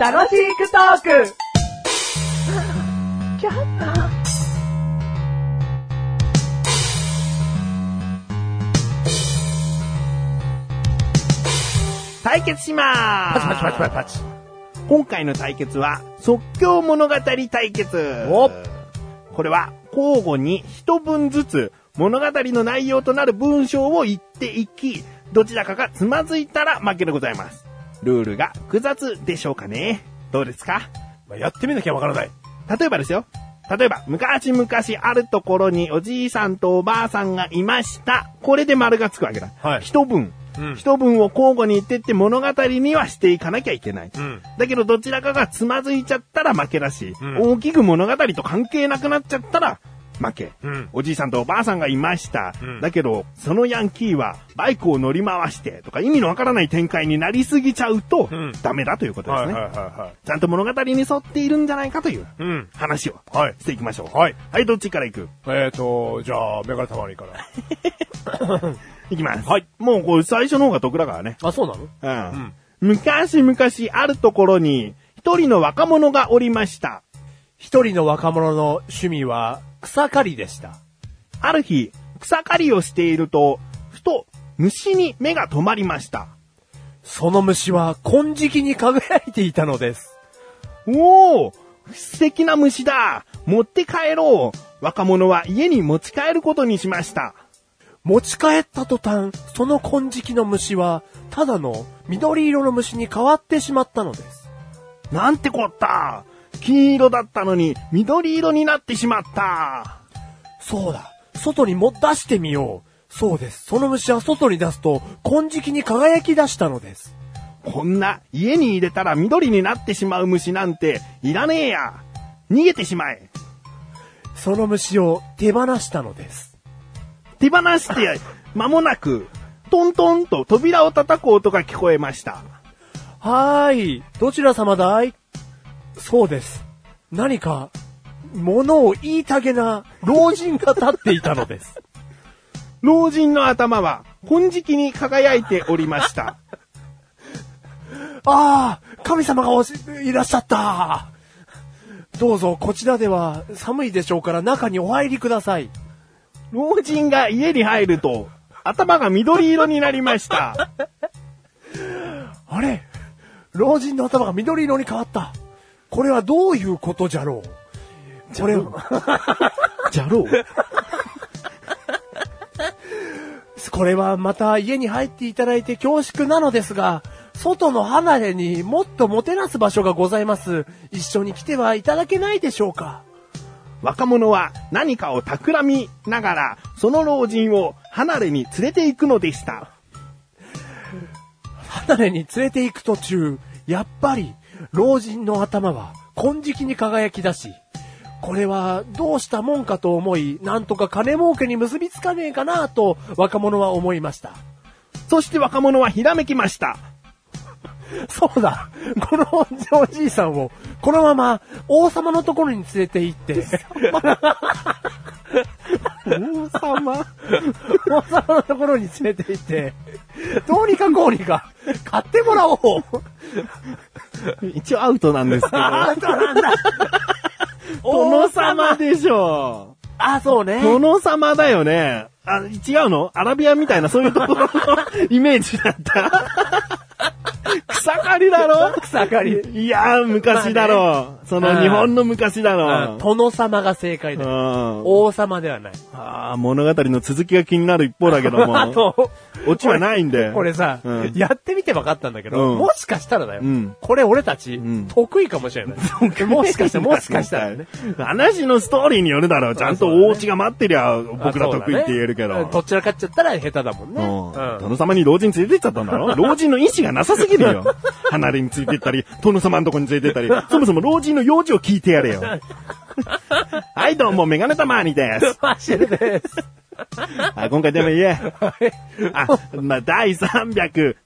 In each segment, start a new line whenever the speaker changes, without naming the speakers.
楽しくトーク
対決しまー
パ
す
チパチパチパチパチ。
今回の対決は、即興物語対決
お
これは、交互に一文ずつ、物語の内容となる文章を言っていき、どちらかがつまずいたら負けでございます。ルールが複雑でしょうかねどうですか
まあ、やってみなきゃわからない。
例えばですよ。例えば、昔々あるところにおじいさんとおばあさんがいました。これで丸がつくわけだ。
はい
一文。
うん
一文を交互に言ってって物語にはしていかなきゃいけない。
うん
だけどどちらかがつまずいちゃったら負けだし、
うん
大きく物語と関係なくなっちゃったら負け。
うん
おじいさんとおばあさんがいました。
うん
だけど、そのヤンキーはバイクを乗り回してとか意味のわからない展開になりすぎちゃうと
うん
ダメだということです
は
ね。
いはいはいは
ちゃんと物語に沿っているんじゃないかという
い。うん。
話を
はい
していきましょう。
はい。
はい、どっちから行く
えーと、じゃあ、メガネたまにから。
いきます。
はい。
もうこれ最初の方が得だからね。
あ、そうなの
うん。昔々あるところに、一人の若者がおりました。
一人の若者の趣味は草刈りでした。
ある日、草刈りをしていると、ふと虫に目が止まりました。
その虫は金色に輝いていたのです。
おお素敵な虫だ持って帰ろう若者は家に持ち帰ることにしました。
持ち帰った途端、その金色の虫は、ただの緑色の虫に変わってしまったのです。
なんてこった金色だったのに緑色になってしまった
そうだ、外にも出してみよう。そうです、その虫は外に出すと、金色に輝き出したのです。
こんな家に入れたら緑になってしまう虫なんていらねえや逃げてしまえ
その虫を手放したのです。
手放 して間もなく、トントンと扉を叩く音が聞こえました。
はーい、どちら様だいそうです。何か、物を言いたげな老人が立っていたのです。
老人の頭は金色に輝いておりま した。
ああ、神様がおしいらっしゃった。どうぞ、こちらでは寒いでしょうから中にお入りください。
老人が家に入ると、頭が緑色になりました。
あれ老人の頭が緑色に変わった。これはどういうことじゃろうこれは、
じゃろう
これはまた家に入っていただいて恐縮なのですが、外の離れにもっともてなす場所がございます。一緒に来てはいただけないでしょうか
若者は何かを企みながら、その老人を離れに連れて行くのでした。
離れに連れて行く途中、やっぱり、老人の頭は、金色に輝き出し、これはどうしたもんかと思い、なんとか金儲けに結びつかねえかなと若者は思いました。
そして若者はひらめきました。
そうだ、このおじいさんを、このまま王様のところに連れて行って、
王様
王様のところに連れて行って、どうにかこうにか、買ってもらおう。
一応アウトなんですけど。
アウトなんだ。
殿様でしょう。
あ、そうね。
殿様だよね。あ、違うのアラビアみたいなそういうと ころのイメージだった。草刈りだろ
草刈り。
いやー、昔だろう。そ
あ
の
ー
日本の昔だろう。
殿様が正解だよ。
うん
王様ではない。
あー物語の続きが気になる一方だけど
あ
も。
と、
オチはないんで。
これさ、
うん
やってみて分かったんだけど、
うん
もしかしたらだよ、
うん
これ俺たち、
ん
得意かもしれない。もしかしたら、もしかしたらね。
話のストーリーによるだろう。ちゃんとお家が待ってりゃ、僕ら
あそうだ
得
ね
意って言えるけ
うんど
ど。
ちらかっちゃったら下手だもん
う
ね。
ん
うん
殿様に老人連れてっちゃったんだ ろ老人の意志がなさすぎるよ。離れについてったり、殿様のとこについてったり、 そもそも老人の用事を聞いてや れよ。はい、どうも、メガネたまーに です。
マジです。
あ今回でも言え。あ、まあ、第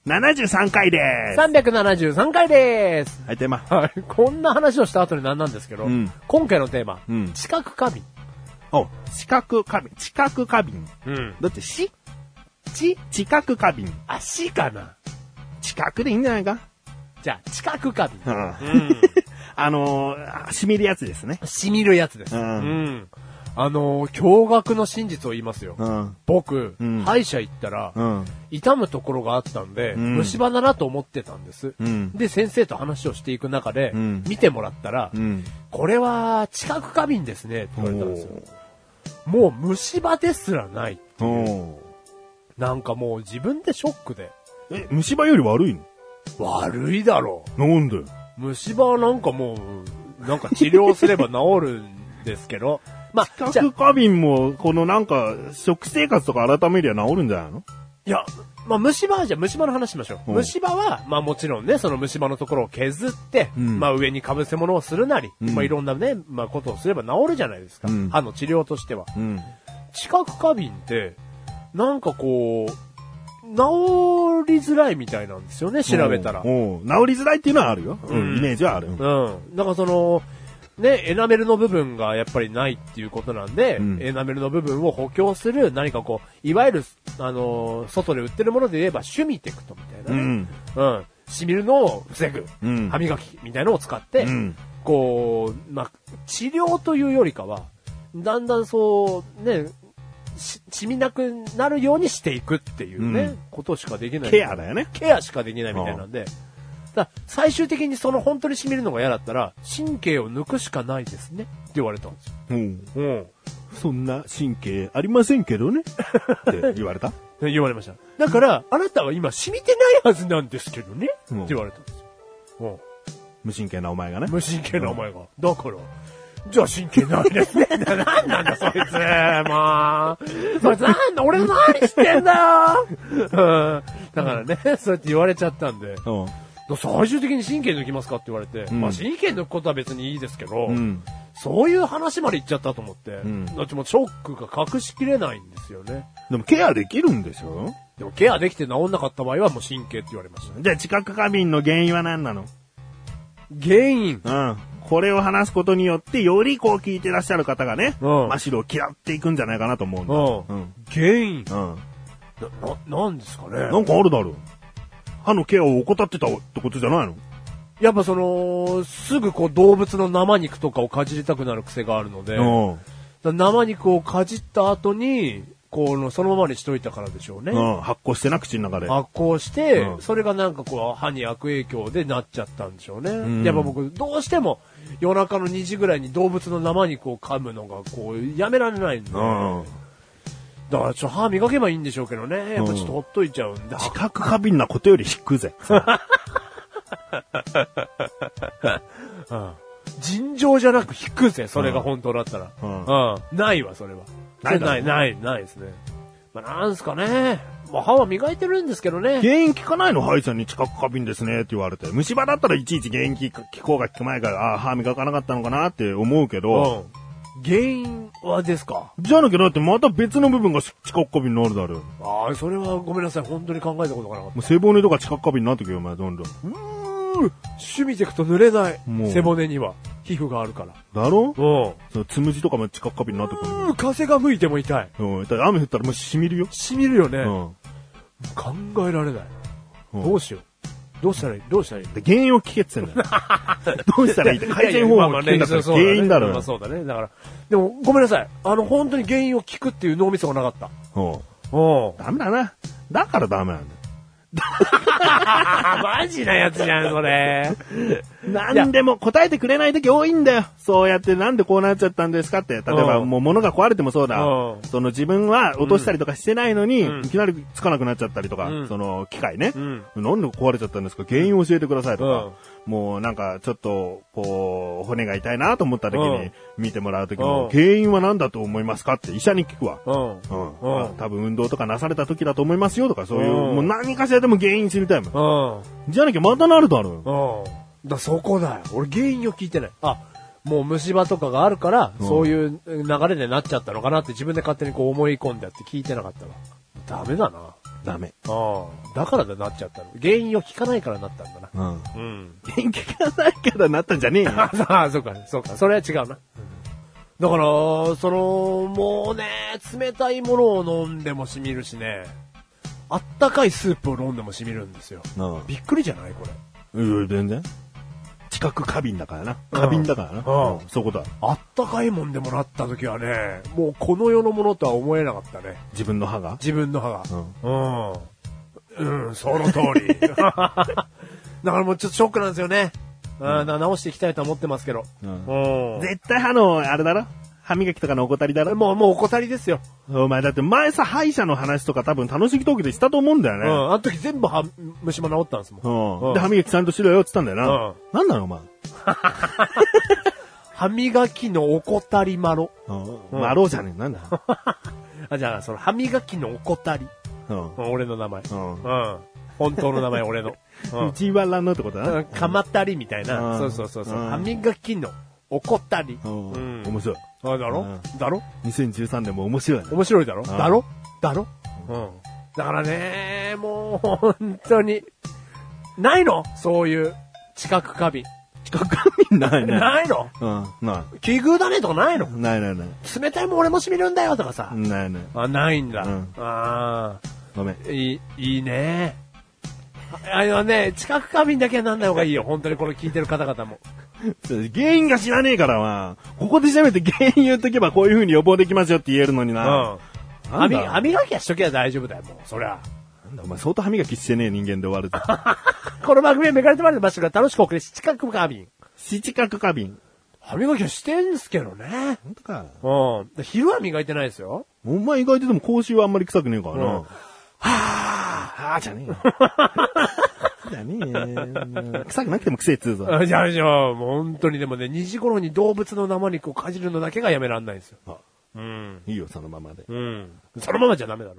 373回です。
373回です。
はい、テーマ。
はい、こんな話をした後になんなんですけど、
うん
今回のテーマ、
うん
知覚過敏。
お、知覚過敏。知覚過敏。
うん。
だって、し、ち、知覚過敏。
足かな
知近くでいいんじゃないか
じゃあ、近くか。
うん。
うん。
あのー、染みるやつですね。
しみるやつです。
う
うんん。あのー、驚愕の真実を言いますよ。
うん。
僕、
うん
歯医者行ったら、
うん。
痛むところがあったんで、
うん
虫歯だなと思ってたんです。
うん
で、先生と話をしていく中で、
うん
見てもらったら、
うん。
これは、知覚過敏ですね、って言われたんですよ。もう虫歯ですらない。
おお。
なんかもう自分でショックで、
え、虫歯より悪いの
悪いだろう。
なんで
虫歯はなんかもう、なんか治療すれば治るんですけど、まあ、じゃあ
角過敏も、このなんか、食生活とか改めりゃ治るんじゃないの
いや、まあ、虫歯はじゃあ虫歯の話しましょ
う
う。
ん
虫歯は、まあもちろんね、その虫歯のところを削って、
うん
まあ上に被せ物をするなり、
うん
まあいろんなね、まあことをすれば治るじゃないですか。
うん
歯の治療としては。
うん。
知覚過敏って、なんかこう、治りづらいみたいなんですよね、調べたら。
おう治りづらいっていうのはあるよ。うん。
うん
イメージはある。
うん。なんかその、ね、エナメルの部分がやっぱりないっていうことなんで、
うん
エナメルの部分を補強する何かこう、いわゆる、あのー外で売ってるもので言えば、シュミテクトみたいな
う
ね。
ん。
うん。染みるのを防ぐ。
うん。
歯磨きみたいなのを使って、
うん。
こう、まあ、治療というよりかは、だんだんそう、ね、し、染みなくなるようにしていくっていうね、
うん
ことしかできない。
ケアだよね。
ケアしかできないみたいなんで、だから最終的にその本当に染みるのが嫌だったら、神経を抜くしかないですね、って言われたんですよ。
うん。
うん。
そんな神経ありませんけどね。って言われた
言われました。だから、あなたは今染みてないはずなんですけどね、
うん
って言われたんですよ。うん。
無神経なお前がね。
無神経なお前が。だから、じゃあ神経ないです ね。な、なんなんだそいつ、まあ。そいつなんだ、俺何してんだよ。 うん。だからね、そうやって言われちゃったんで、
うん。
最終的に神経抜きますかって言われて、
ん
まあ神経抜くことは別にいいですけど、
うん。
そういう話まで言っちゃったと思って、
ん
だってもうショックが隠しきれないんですよね。
でもケアできるんでしょ
でもケアできて治んなかった場合はもう神経って言われましたね。
じゃあ、知覚過敏の原因は何なの
原因。
うん。これを話すことによって、よりこう聞いてらっしゃる方がね、
うん
マシルを嫌っていくんじゃないかなと思うんだ。
う
う
ん。
ん
原因。
うん。
な、な、なんですかね。
なんかあるだろう。歯のケアを怠ってたってことじゃないの
やっぱその、すぐこう動物の生肉とかをかじりたくなる癖があるので、だ生肉をかじった後に、この、そのままにしといたからでしょうね。
うん。うん。発酵してな、口の中で。
発酵して、
うん
それがなんかこう、歯に悪影響でなっちゃったんでしょうね。
ん
やっぱ僕、どうしても、夜中の2時ぐらいに動物の生肉を噛むのが、こう、やめられないんで。
うん。
だから、ちょ、歯磨けばいいんでしょうけどね。やっぱちょっとほっといちゃうんだ。
知覚過敏なことより引くぜ。
うん尋常じゃなく引くぜ、それが本当だったら。
うん
うんないわ、それは。
ないだろ
な
うね
い、ない、ないですね。まあ、なんすかね。まあ、歯は磨いてるんですけどね。
原因聞かないの歯医者に知覚過敏ですねって言われて。虫歯だったらいちいち原因聞く聞こうが聞く前から、ああ、歯磨かなかったのかなって思うけ
う
ど、
ん。原因はですか
じゃなきゃだってまた別の部分が知覚過敏になるだろう。
ああ、それはごめんなさい。本当に考えたことがなかっ
もう背骨とか知覚過敏になってくよ、お前、どんどん。
た。うーん。趣味でいくと濡れない
もう。
背骨には。皮膚があるから。
だろ
うん。
そうつむじとかも知覚過敏になってくる。
うん、風が吹いても痛い。
うん。だって雨降ったらもう染みるよ。
染みるよね。
うん。
考えられない。
うん
どうしよう。どうしたらいいどうしたらいい
で原因を聞けっつってんだ よ。どうしたらいいって改善方法を聞けんだから
まあまあね
原因だろう
まあ
よ。
そうだね。だから、でもごめんなさい。あの、本当に原因を聞くっていう脳みそがなかった。
うん。
お
ダメだな。だからダメなんだよ。
あ、マジなやつじゃ ん、それ。
なんでも答えてくれない時多いんだよ。そうやってなんでこうなっちゃったんですかって。例えば
うん
もう物が壊れてもそうだ
う。ん
その自分は落としたりとかしてないのに、
うん
いきなりつかなくなっちゃったりとか、
うん
その機械ね、
うん
なんで壊れちゃったんですか原因を教えてくださいとか。もうなんかちょっと、こう、骨が痛いなと思った時
う
に
ん、
見てもらう時も
う、ん
原因は何だと思いますかって医者に聞くわ。
うん。
うん。
うん
あ多分運動とかなされた時だと思いますよとか、そういう、
うん
もう何かしらでも原因知りたいもん。
うん。
じゃなきゃまたなるだろうよ。
うん。だ、そこだよ。俺原因を聞いてない。あ、もう虫歯とかがあるから、
うん
そういう流れでなっちゃったのかなって自分で勝手にこう思い込んでやって聞いてなかったわ。ダメだな。
ダメ。
うん。だからだなっちゃったの。原因を聞かないからなったんだな。
うん。
うん。
元気がないからなったんじゃねえよ。
あああ、そうか、そうか、それは違うな。だから、その、もうね、冷たいものを飲んでも染みるしね。あったかいスープを飲んでもしみるんですよ。
うん
びっくりじゃないこれ。
うん、全然。近く過敏だからな。過敏だからな。
うん
うんそういうことだ。
あったかいもんでもらった時はね、もうこの世のものとは思えなかったね。
自分の歯が。
自分の歯が。
うん。
うん。うん、その通り。 だからもうちょっとショックなんですよね。うん、な直していきたいと思ってますけど。
うん
うん。
絶対歯の、あれだろ歯磨きとかの怠りだろ
もう、もうお怠りですよ。
お前だって前さ、歯医者の話とか多分楽しいトークでしたと思うんだ
う
よね。
ん。あの時全部歯、虫歯治ったんですもん。
うん。
うん
で、歯磨きちゃんとしろよって言ったんだよな。なんなのお前。
歯磨きの怠りまろ。
うん。まろうじゃねえ。なんだ
あ、じゃあ、その歯磨きの怠り。
うん。
うん俺の名前。
うん
うん。本当の名前、 俺の。うん
一番らんのってことだ
う。。
なん
かまったりみたい
うん
な。そうそうそうそう。
うん
歯磨きの怠り。
うん。
うん
面白い。
あ、だろ
う
だろ
2013年も面白いね。
面白いだろ
うん
だろだろうん。だからね、もう、本当に。ないのそういう、知覚過敏。
近くにないね。
ないの
うん。な
奇遇だねとかないの
い。ないないない。
冷たいもん俺も染みるんだよとかさ。
ないない。
あ、ないんだ。
うん
ああ、
ごめん。
いい、いいね。ああのね、知覚過敏だけはなんない方がいいよ。本当にこれ聞いてる方々も。
原因が知らねえからな。ここで調べて原因言っとけばこういう風に予防できますよって言えるのに
う
な。
ん。
な
歯
んだ
み歯磨きはしときゃ大丈夫だよ、もう。そりゃ。
なんだお前相当歯磨きしてねえ人間で終わるぞ。
この番組はめがれてまいりましたが、楽しくお送りし、知覚過敏。
七角花瓶。
歯磨きはしてんすけどね。
本当か。
うん。昼は磨いてないですよ。
お前意外とでも口臭はあんまり臭くねえからな。
うん
はあ、はあじゃ ねえよ。じゃねえよ。臭くなくても臭えっつうぞ。
あじゃあじゃあ、もう本当にでもね、2時頃に動物の生肉をかじるのだけがやめらんないんですよ。
あ
うん。
いいよ、そのままで。
うん。そのままじゃダメだろ。